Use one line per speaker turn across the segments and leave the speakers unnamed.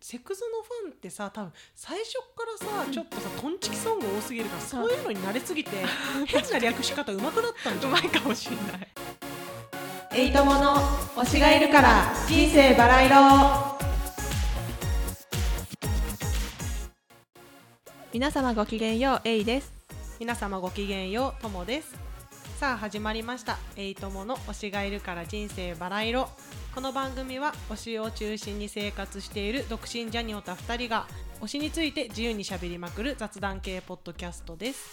セクゾのファンってさ多分最初からさちょっとさトンチキソング多すぎるからそういうのに慣れす ぎて変な略し方うまくなったんじゃ
う
な
ま
い
いかもしれない
エイトモの推しがいるから人生バラ色
皆様ごきげんようエイです
皆様ごきげんようともですさあ始まりましたエイトモの推しがいるから人生バラ色この番組は推しを中心に生活している独身ジャニオタ2人が推しについて自由にしゃべりまくる雑談系ポッドキャストです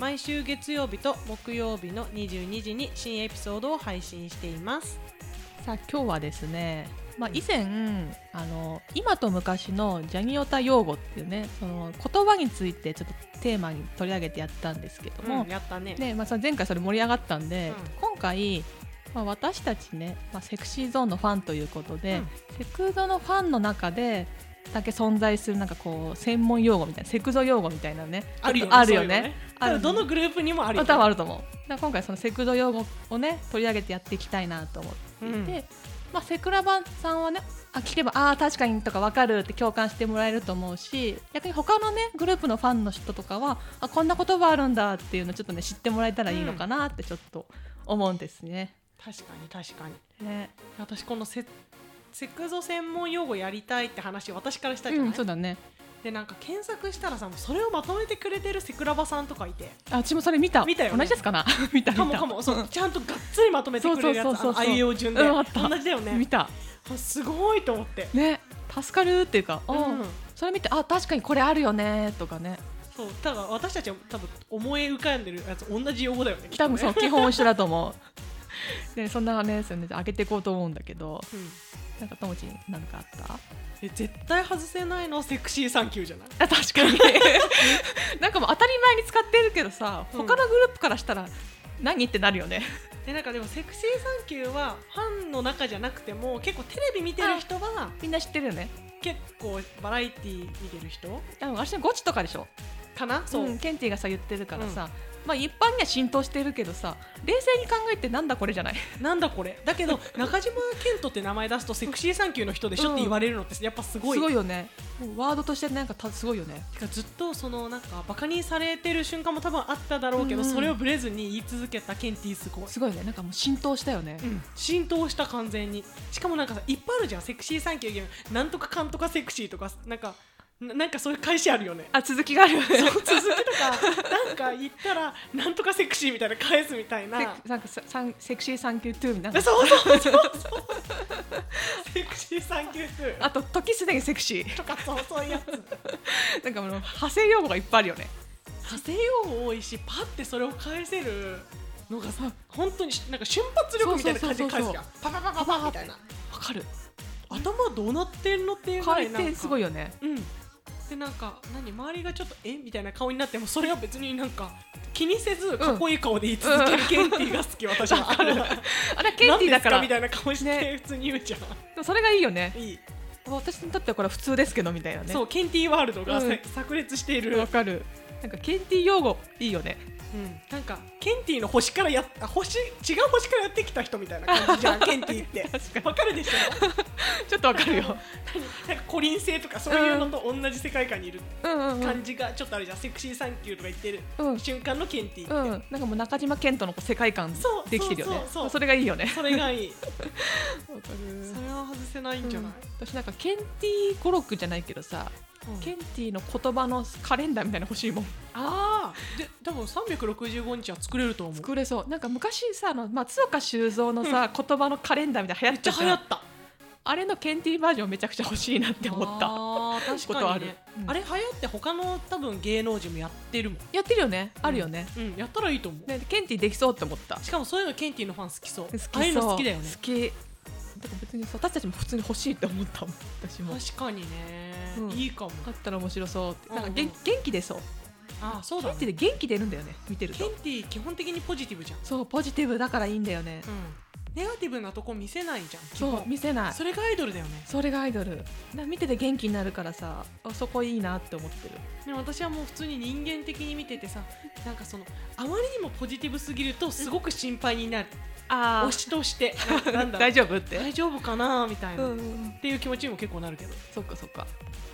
毎週月曜日と木曜日の22時に新エピソードを配信しています
さあ今日はですね、まあ、以前あの今と昔のジャニオタ用語っていうねその言葉についてちょっとテーマに取り上げてやったんですけども、
うん、やったね
でまあ、その前回それ盛り上がったんで、
うん
今回、まあ、私たちね、まあ、セクシーゾーンのファンということで、セクゾのファンの中でだけ存在するなんかこう専門用語みたいなセクゾ用語みたいなのね
あるよね
あるよ
そういうの
ねあ
多
る
分どのグループにもあるよ、
あ多分あると思うだから今回そのセクゾ用語をね取り上げてやっていきたいなと思って。
うん
で、まあ、セクラバさんはねあ聞けばああ確かにとか分かるって共感してもらえると思うし逆に他のねグループのファンの人とかはあこんな言葉あるんだっていうのちょっとね知ってもらえたらいいのかなってちょっと思うんですね。
確かに確かに
ね
私このセセクゾ専門用語やりたいって話私からしたじゃ
う
ない、
ん、そうだね
でなんか検索したらさもうそれをまとめてくれてるセクラバさんとかいて
あうちもそれ見た
見たよね
同じですかな見た見た
かもかもそうちゃんとがっつりまとめてくれるやつ
そうそうそうそう
あのあいうえお順で、
うんあった
同じだよね
見た
あすごいと思って、
ね助かるっていうか、う
うんん、
それ見てあ確かにこれあるよねとかね
そうだから私たちは多分思い浮かんでるやつ同じ用語だよねきっと
多
ね
分そう基本一緒だと思う でそんなねそうね上げていこうと思うんだけど
うん
なんかともちんなんかあった
え絶対外せないのセクシーサンキューじゃない
あ確かに なんかもう当たり前に使ってるけどさ、
うん
他のグループからしたら何ってなるよね
でなんかでもセクシーサンキューはファンの中じゃなくても結構テレビ見てる人は
みんな知ってるよね
結構バラエティ見てる人
あの私のゴチとかでしょ
かなそう、
んケンティがさ言ってるからさ、まあ一般には浸透してるけどさ冷静に考えてなんだこれじゃない
なんだこれだけど中島健人って名前出すとセクシーサンキューの人でしょって言われるのってやっぱすごい,、
すごいよねもうワードとしてなんかたすごいよね
てかずっとそのなんかバカにされてる瞬間も多分あっただろうけど、
うんうん
それをブレずに言い続けたケンティーすごい、
すごいねなんかもう浸透したよね、
うん浸透した完全にしかもなんかさいっぱいあるじゃんセクシーサンキューゲームなんとかかんとかセクシーとかなんかななんかそういう返しあるよ ね
あ続きがあるよね
そう続きとかなんか言ったらなんとかセクシーみたいな返すみたいな
セク なんかさサンセクシーサンキュートゥーみたい
そ
な
うそうそうそうセクシーサンキュー2
あと時すでにセクシー
とかそうそういうやつ
なんかもう派生用語がいっぱいあるよね
派生用語多いしパッてそれを返せるのがさ本当にしなんか瞬発力みたいな感じで返すじゃんパパパパパみたいな
わかる
頭どうなってんのっていうぐら
回
いなん
転
か
すごいよね
うんでなんか何周りがちょっとえみたいな顔になってもそれは別になんか気にせずかっこいい顔で言い続けるケンティーが好き私はある
あれはケンティだから
みたいな顔して
ね
普通に言うじゃん、
でもそれがいいよね
いい、
私にとってはこれは普通ですけどみたいなね
そうケンティーワールドがさ、
うん
炸裂している、
わかるなんかケンティ用語いいよね
うんなんかケンティの星からやっあ星違う星からやってきた人みたいな感じ じゃんケンティって
確かに
わかるでしょ
ちょっとわかるよ
なんかコリン星とかそういうのと同じ世界観にいる
うんうんうん
感じがちょっとあるじゃんセクシーサンキューとか言ってる
うん
瞬間のケンティって、
うん、なんかもう中島健人のこう世界観
そう
できてるよね
そうそうそう
れがいいよね
それがいい
わか
それは外せないんじゃない、
私なんかケンティ語録じゃないけどさ、
うん
ケンティの言葉のカレンダーみたいなの欲しいもん
ああで多分365日は作れると思う
作れそうなんか昔さあの松岡修造のさ、言葉のカレンダーみたいなの流
め
行っ
ってち
たじ
ゃ
ゃん
流行ったっ
あれのケンティバージョンめちゃくちゃ欲しいなって
て
思った
あー確かに、ね、
ことあるうん
あれ流行って他の多分芸能人もやってるもん
やってるよねあるよね、
うんやったらいいと思う、
ねケンティできそうって思った
しかもそういうのケンティのファン好きそう
好きそう
ああいうの好きだよね
好きだから別にそう私たちも普通に欲しいって思ったもん私も
確かにね、
うん
いいかも
あったら面白そうってなんか
うんうん
元,、元気出そう
あそう
ケ
だ
ンティ
ね
で元気出るんだよね見てる
ケン
と
ティ基本的にポジティブじゃん、
そうポジティブだからいいんだよね、
ネガティブなとこ見せないじゃん基
そう
本
見せないそ
それがアイドルだよね
れがアイドルな見てて元気になるからさあそこいいなって思ってる
でも私はもう普通に人間的に見ててさなんかそのあまりにもポジティブすぎるとすごく心配になる、
あ
推しと してななんだろう
大丈夫って
大丈夫かなみたいな、っ
ん
ていう気持ちにも結構なるけど
そっかそっか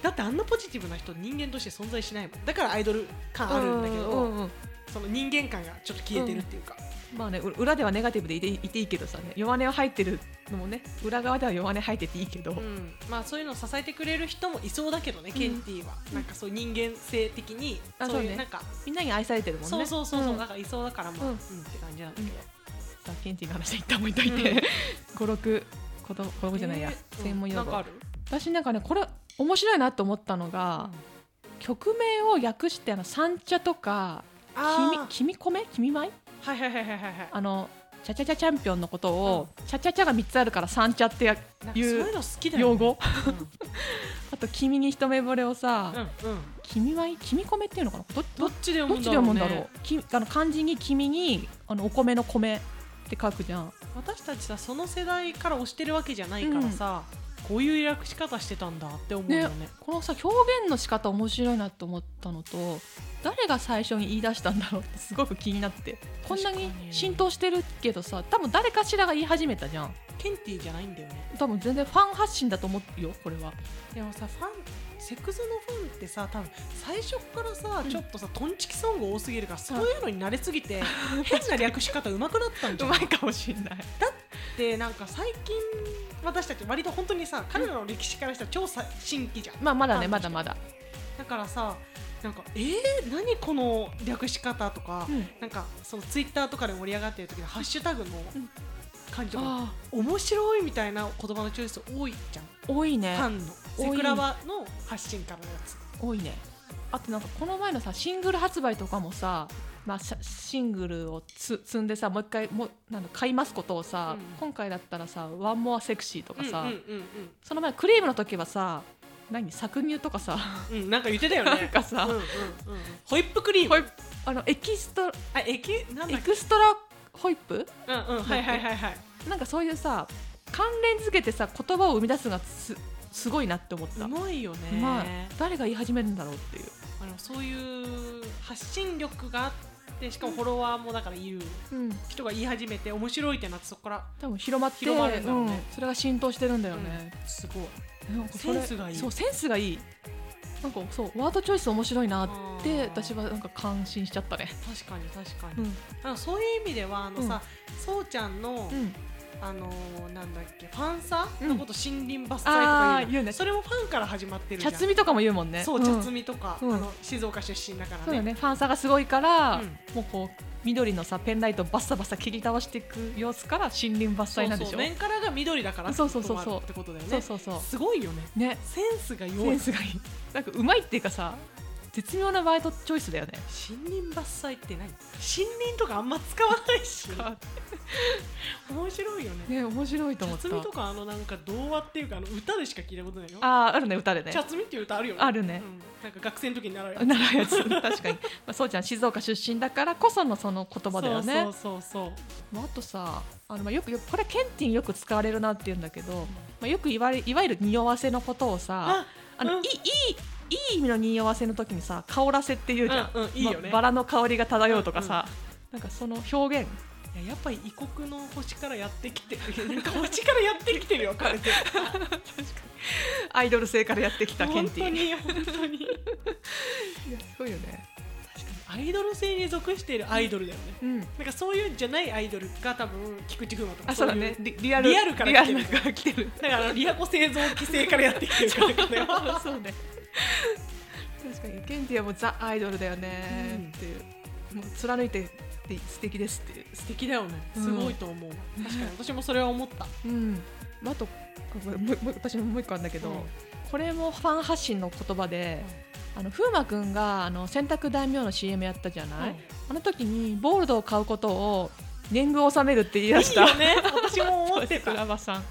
だってあんなポジティブな人人間として存在しないもんだからアイドル感あるんだけど、
うんうんうん
その人間感がちょっと消えてるっていうか、
まあねう裏ではネガティブでいていていいけどさ、ね、弱音は入ってるのもね裏側では弱音入ってていいけど、
うんまあ、そういうのを支えてくれる人もいそうだけどね、ケンティーはなんかそういう人間性的に
あ
そう
そ
いうう
ね
なんか
みんなに愛されてるもんね
そうそうそうそう、
ん
だ
さ
からいそうだからまあ、
う
うんんって感じなんだけど、
あケンティの話は一旦置いといて、五六子供子供じゃないや、
えー
専門用
うんなんか
語
ある
私なんかねこれ面白いなと思ったのが、曲名を訳してあの三茶とか
あー
君君米君米
はいはいはいはいはいはい
あのチャチャチャチャンピオンのことを、チャチャチャが三つあるから三茶ってや
なんかそう
い
いう
う
の好きだよ、ね、
用語、
うん、
あと君に一目惚れをさ、
うんうん
君はい君米っていうのかなど
ど
ど
っちで
ど
読
っ
むん
ち
だ
で
ろう,、ね、
読むんだろうきあの漢字に君にあのお米の米って書くじゃん
私たちさその世代から推してるわけじゃないからさ、こういう略し方してたんだって思うよね
このさ表現の仕方面白いなと思ったのと誰が最初に言い出したんだろうってすごく気になってこんなに
確かに
浸透してるけどさ多分誰かしらが言い始めたじゃん
ケンティーじゃないんだよね
多分全然ファン発信だと思うよこれは
でもさファンセクゾのファンってさ多分最初からさ、
うん
ちょっとさトンチキソング多すぎるからそういうのに慣れすぎ て変な略し方うまくなったんじ
う
ゃ
ま
ない
かもしれない
でなんか最近私たち割と本当にさ彼らの歴史からしたら超さ新規じゃん
まあまだ
フ
ね
ァ
ま
ンとして
だまだ、
だからさなんかえー、何この略し方とか、
うん
なんかそのツイッターとかで盛り上がってる時のハッシュタグの
うん
感じとか
あ
面白いみたいな言葉のチョイス多いじゃん
ー多いね
ファンの
多い
セクラバの発信からのやつ
多いねあとなんかこの前のさシングル発売とかもさ、まあ、シャシングルをつ積んでさもう一回もうなんだ買いますことをさ、
うん
今回だったらさ「ワンモアセクシーとかさ、
うんうん
その前クリームの時はさ何搾乳とかさ
うんうんうんなんか言ってたよ
なん
ね
かさ、
うんうんうんホイップクリーム
ホイあのエキスト
あえきなんだ
エ
っ
クストラホイップ
けうんうんはいはいはいはい
なんかそういうさ関連付けてさ言葉を生み出すのがすすごいなって思った、
う
ま
まいよね
あ誰が言い始めるんだろうっていう、
あのそういう発信力があってしかもフォロワーもだから言う
うん、
人が言い始めて面白いってなってそこから
多分広まって
広まるんだろうね
んそれが浸透してるんだよね、
すごい
なんかそれ
センスがいい
そうセンスがいいなんかそうワードチョイス面白いなっ
あ
て
ー
私はなんか感心しちゃったね
確かに確か
う
に
ん
あのそういう意味ではあのさそうちゃんの
うん
あのーなんだっけファンサのこと森林伐採と
あ
か
ー
言
言
う
う
ね
ね
それもファンから始まってるじ
チ
ゃ
ャ
ん
ツミとかも言うもんね
そう、
ん
茶摘みとか、
うん
あの静岡出身だから
そうだ
ね。
ねファン差がすごいから、
うん
もうこう緑のさペンライトをバッサバサ切り倒していく様子から森林伐採なんでし
そう
ょ
面からが緑だから
そうそうそうそう
ってこともあるってことだよね
そうそうそう
すごいよね
ね
センスが
セ
弱い
ンスがいいなんかうまいっていうかさ絶妙なワードチョイスだよね
森林伐採って何森林とかあんま使わないし面白いよね
ね面白いと
茶
思った
摘みとかあのなんか童話っていうかあの歌でしか聞いたことないよ
あーあるね歌でね
茶摘みっていう歌あるよね
あるね
うんなんか学生の時に習うよ
なるやつ確かに、まあ、そうちゃん静岡出身だからこそのその言葉だよね
そうそうそう
まあ、あとさあの、まあ、よくよくこれケンティンよく使われるなって言うんだけど、まあ、よく言われいわゆる匂わせのことをさ
あ
あの、
うん
いいいいい意味の匂わせの時にさ香らせって言うじゃん、
うんうんいいよね
まバラの香りが漂うとかさ、なんかその表現
いややっぱり異国の星からやってきてるなんか星からやってきてるよ彼って
アイドル性からやってきたケン
本
ティ
当
ンい
に本当に
やすごいよね
アイドル性に属しているアイドルだよね、
うん
なんかそういうんじゃないアイドルが多分菊池風磨とか
あそうだ
い
ねリリアル
リアルから来てる
リアルから来てる
だからあ のリアコ製造規制からやってきてるからねこれは
そうね。確かにケンティはもうザアイドルだよ
うん
ねっていう、もう貫いてて素敵ですっていう。
素敵だよねすごいと思う、確かに私もそれは思った
うん。まあ、あとこれもうもう私ももう一個あるんだけど、
うん
これもファン発信の言葉で。あの風磨くんがあの洗濯大名の CM やったじゃない、
うん
あの時にボールドを買うことを年貢を納めるって 言い出
い
し
い
た
よね私も思ってた、
倉場さん
うん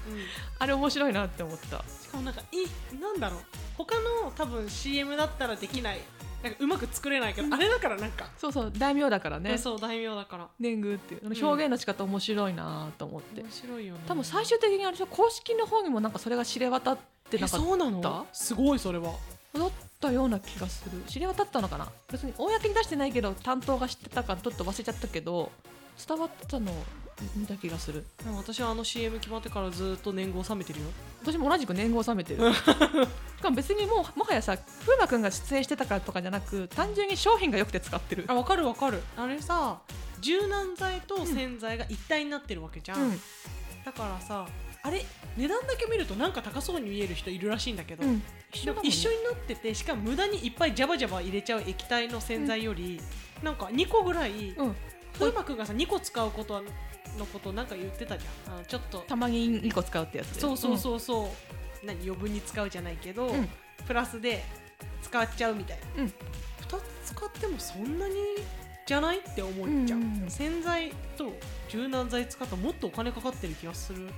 あれ面白いなって思った
しかもなんかいなんだろう他の多分 CM だったらできないなんかうまく作れないけど、あれだからなんか、
そうそう大名だからね
ね、そう大名だから
年貢っていうあの表現の仕方面白いなと思って、
面白いよね
多分最終的にあれでしょ公式の方にもなんかそれが知れ渡ってなかっ
えそうなのすごいそれは
ただったような気がする知れ渡ったのかな別に公に出してないけど担当が知ってたからちょっと忘れちゃったけど伝わったの見た気がする
でも私はあの CM 決まってからずっと年号をめてるよ
私も同じく年号を収めて るしかも別にもうもはやさ風磨君が出演してたからとかじゃなく単純に商品が良くて使ってる
あわかるわかるあれさ柔軟剤と洗剤が一体になってるわけじゃん、
うん
だからさあれ値段だけ見るとなんか高そうに見える人いるらしいんだけど、
うん
でも一緒になっててしかも無駄にいっぱいジャバジャバ入れちゃう液体の洗剤より、なんか2個ぐらい
うん
風磨君がさ2個使うことはのことなんか言ってたじゃんあのちょっと
たまに2個使うってやつ
そうそうそうそう、何余分に使うじゃないけど、
うん
プラスで使っちゃうみたいな、
うん
2つ使ってもそんなにじゃないって思っちゃう、
うんうんうん
洗剤と柔軟剤使ったらもっとお金かかってる気がする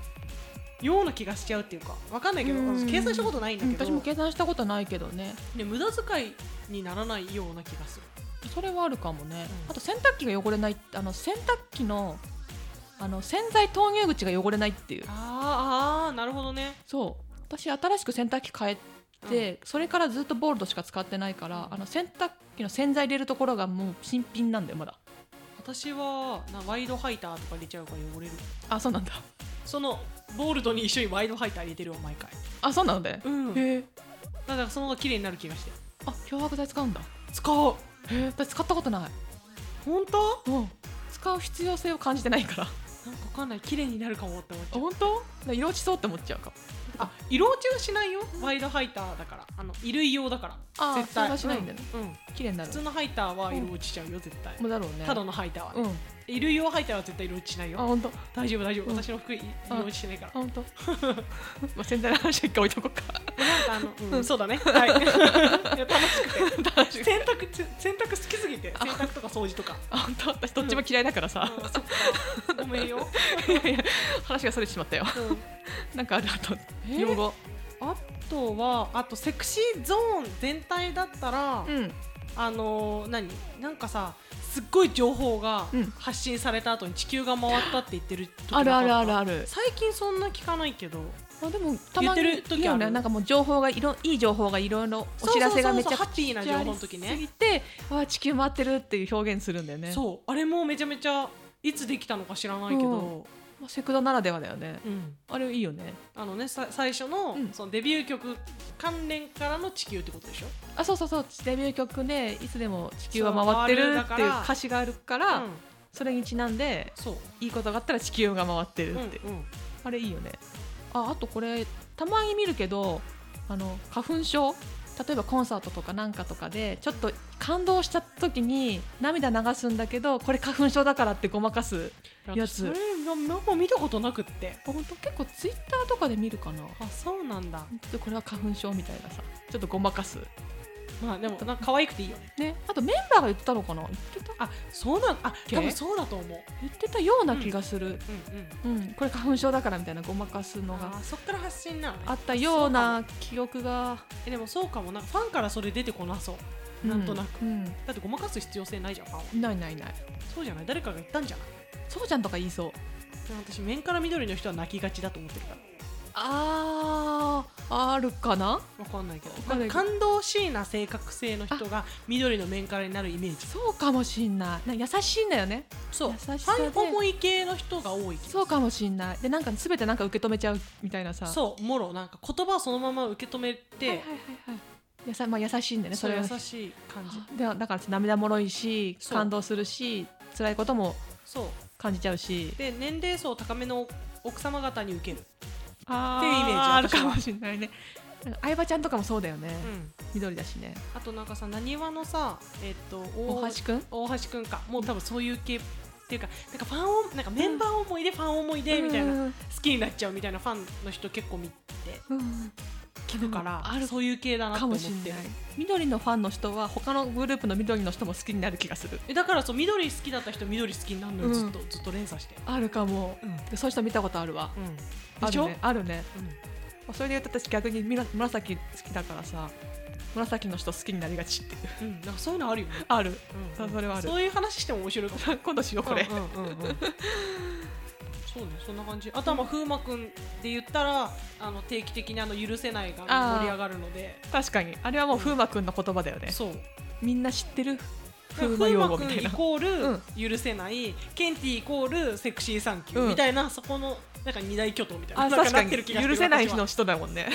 ような気がしちゃうっていうかわかんないけど、
うんうんうん
私計算したことないんだ
うん
けど、
私も計算したことないけどね
ね、無駄遣いにならないような気がする
それはあるかもね、
うん
あと洗濯機が汚れないあの洗濯機のあの洗剤投入口が汚れないっていう
あーあーなるほどね
そう私新しく洗濯機変えて、それからずっとボールドしか使ってないからあの洗濯機の洗剤入れるところがもう新品なんだよまだ
私はなワイドハイターとか入れちゃうから汚れる
あそうなんだ
そのボールドに一緒にワイドハイター入れてるわ毎回
あそうなので、
うん
へえ
だからその方が綺麗になる気がして
あ漂白剤使うんだ
使う
へえ私使ったことない、
本当
うん、使う必要性を感じてないから
なんかわかんない綺麗になるかもって思っちゃう
本当だから色落ちそうって思っちゃうかも
あ色落ちはしないよワイドハイターだからあの衣類用だから
あー
絶対
それはしないんだね
うんうん
綺麗になる
普通のハイターは色落ちちゃうよ絶対
もうだろうね
ただのハイターはね、
うんあ
衣類用ハイターは絶対色落ちしないよ
本当
大丈夫大丈夫、
うん
私の服い色落ちしないから
本当。 まあ、洗剤の話は一回置いとこうか。
なんかあの、うんそうだね はいいや 楽しくて
楽しい
洗濯つ洗濯好きすぎて洗濯とか掃除とか
あ、本当、私どっちも嫌いだから
あ
さ。
そっかごめんよ、
いやいや、 話がそれてしまったよ。
うん
なんかあるあと、
え
用語。
あとはあとセクシーゾーン全体だったら、
うん。
あのー何なんかさすっごい情報が
うん
発信された後に地球が回ったって言ってる時
あるある
な
ある
かっ
ある
た。最近そんな聞かないけど
あ、でも、たまに。
言ってる時ある
いいよね、なんかもう情報がいろ、いい情報がいろいろ、お知らせがめちゃ
そうそうそうそうハ
く
ッピーな
ち
情
ゃあ
報
り
の
す
時ね
ぎて。わ、地球回ってるっていう表現するんだよね。
そうあれもめちゃめちゃいつできたのか知らないけど、
まあ、セクドならではだよね。
うん
あれいいよね。
あのねさ最初の,、
うん
そのデビュー曲関連からの地球ってことでしょ、
あ、そうそうそう、デビュー曲で、いつでも地球は回ってる
そう
っ
回
て
る
い
だか
う
ら
歌詞があるから。
うん
それにちなんで、
そう、
いいことがあったら地球が回ってる
う
っ
ん
て
う、
いうんあれいいよねああとこれたまに見るけどあの花粉症例えばコンサートとかなんかとかでちょっと感動した時に涙流すんだけどこれ花粉症だからってごまかすやつ
それがなんも見たことなくって
本当結構ツイッターとかで見るかな
あそうなんだ
ちょっとこれは花粉症みたいなさちょっとごまかす
まあでもなんか可愛くていいよね
ねあとメンバーが言ってたのかな言ってた
あそうなんあ
け
多分そうだと思う
言ってたような気がする、
うんうん
うんこれ花粉症だからみたいなごまかすの
あ
が
ーそっから発信なのね
あったような記憶が
えでもそうかもなんかファンからそれ出てこなそうなんとなく、
うん
だってごまかす必要性ないじゃんファンは
うんないないない
そうじゃない誰かが言ったんじゃない
そうちゃんとか言いそう
でも私面から緑の人は泣きがちだと思ってるから
あーあるかな
わかんないけど
わかんないけど
感動しいな性格性の人が緑の面からになるイメージ
そうかもしんないなんか優しいんだよね
そう
優
フ
しさで
ァン思い系の人が多い気がする
そうかもしんないでなんか全てなんか受け止めちゃうみたいなさう
そうもろなんか言葉をそのまま受け止めて、
はいはいはいはいやさ、まあ、優しいんだよねそ
そう
れは
優しい感じ
あでだから涙もろいし
そう
感動するし辛いことも
そう
感じちゃうし
で年齢層高めの奥様方に受ける、
あ
っていうイメージ
ある
私は
かもしんないねなんか相葉ちゃんとかもそうだよね、
うん、
緑だしね
あとなんかさなにわのさえっと
大
大
橋くん
大橋くんかもう多分そういう系っていうかなんかファンをなんかメンバー思いでファン思いでみたいな、好
な
きになっちゃうみたいなファンの人結構見て
聞
るから
ある
そういう系だなと
か
思
も
っ
しんな
て
い緑のファンの人は他のグループの緑の人も好きになる気がする
えだからそう緑好きだった人緑好きになるのよ、
うん
ずっとずっと連鎖して
あるかも
うん、
そういう人見たことあるわ
でしょ、
あるねあるね
うん
それで言うと私逆にみら紫好きだからさ紫の人好きになりがちってい
う
う
ん、なんかそういうのあるよね、
ある
うん
それはある
そういう話しても面白いかも
今度しようこれ、
うんうん うんうんそうねそんな感じあとはまあ風磨君で言ったらあの定期的にあの許せないが
あー
盛り上がるので
確かにあれはもう風磨くんの言葉だよね、
そう
みんな知ってる風磨用語みた
風磨
い
君イ
な。
コ
う
ール許せない、ケンティイコールセクシーサンキュー
うん
みたいな、そこのなんか二大巨頭みたいな
あ
なん
確か
なっ
に
てる気がして
許せない
私
日
は
の人だもんね。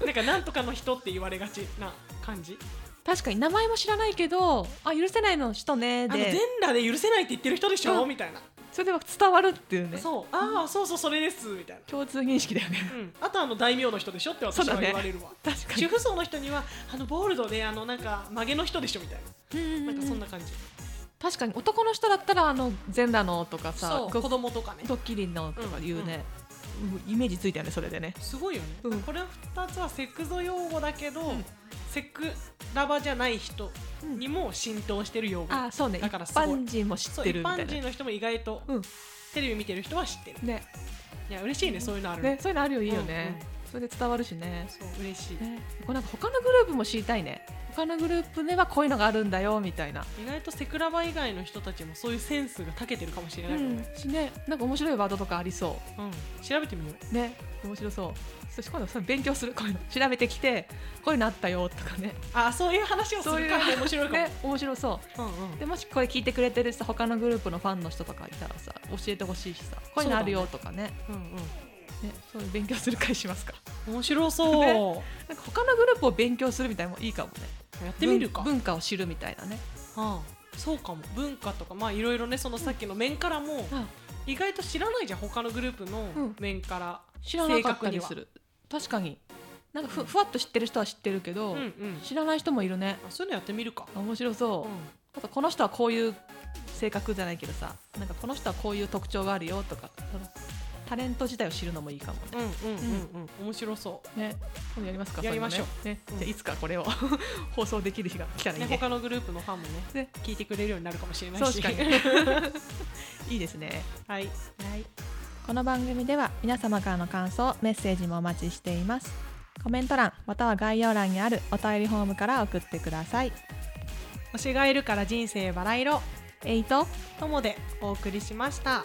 うんなんかなんとかの人って言われがちな感じ
確かに名前も知らないけどあ許せないの人ね
あの全
で
裸で許せないって言ってる人でしょ、
うん
みたいな、
それでは伝わるっていうね
そうああそうそうそれですみたいな、
共通認識だよね。
うん、あとあの大名の人でしょって私
そう
は
だね
言われるわ、
確 か
主婦層の人にはあのボールドであのなんか曲げの人でしょみたい
に
ななんかそん
な
な感じ
確かに男の人だったらあの全裸のとかさ
そう
ご
子供とかね
ドッキリのとかいうね、もうイメージついたよねそれでね。
すごいよね、
うん
これ2つはセクゾ用語だけど、
うん
セクラバじゃない人にも浸透してる用語、
あそうね
だから
一
すごい
般人も知っ
そう
て
一
るみた
般
いな。
人の人も意外と、
うん
テレビ見てる人は知ってる
ね
いや嬉しいね、そういうのあるの
ねそういうのあるよいいよ
うん
ね、
うん
それで伝わるしね。
そう嬉しい、
ねこれなんか他のグループも知りたいね他のグループではこういうのがあるんだよみたいな。
意外とセクラバ以外の人たちもそういうセンスが長けてるかもしれないよね、
しねなんか面白いワードとかありそ
うん調べてみよう
うね面白そうそして今度それ勉強するこういうの調べてきてこういうのあったよとかね
あそういう話をす
そうい
る
う
回も面白いかも、
ね面白そ
うんうん
うでもしこれ聞いてくれてるさ他のグループのファンの人とかいたらさ教えてほしいしさこういうのあるよとかね
うん
ねそういう勉強する会しますか
うん面白そう、
ねなんか他のグループを勉強するみたいのもいいかもね
やってみるか、
文文化を知るみたいなね
うんそうかも文化とかまあいろいろねそのさっきの面からも
あ
意外と知らないじゃん他のグループ
う
の
ん
面から、
知らなかったりす
る
る確かになんかふふわっと知ってる人は知ってるけ
う
ど、
んうん
知らない人もいるね
あそういうのやってみるか、
面白そう、
う
あとこの人はこういう性格じゃないけどさなんかこの人はこういう特徴があるよとかそのタレント自体を知るのもいいかも
ん、うんうんうんうん面白そ
ね。ね今度やりますか
やりましょう
そういうのねね
うん
じゃあいつかこれを 放送できる日が来た
う、
らい
ね
いね
他のグループのファンもね
ね
聞いてくれるようになるかもしれない
そう
し
確かにいいですね
はい
はいこの番組では皆様からの感想メッセージもお待ちしていますコメント欄または概要欄にあるお便りフォームから送ってください
推しがいるから人生バラ色
えいと
ともでお送りしました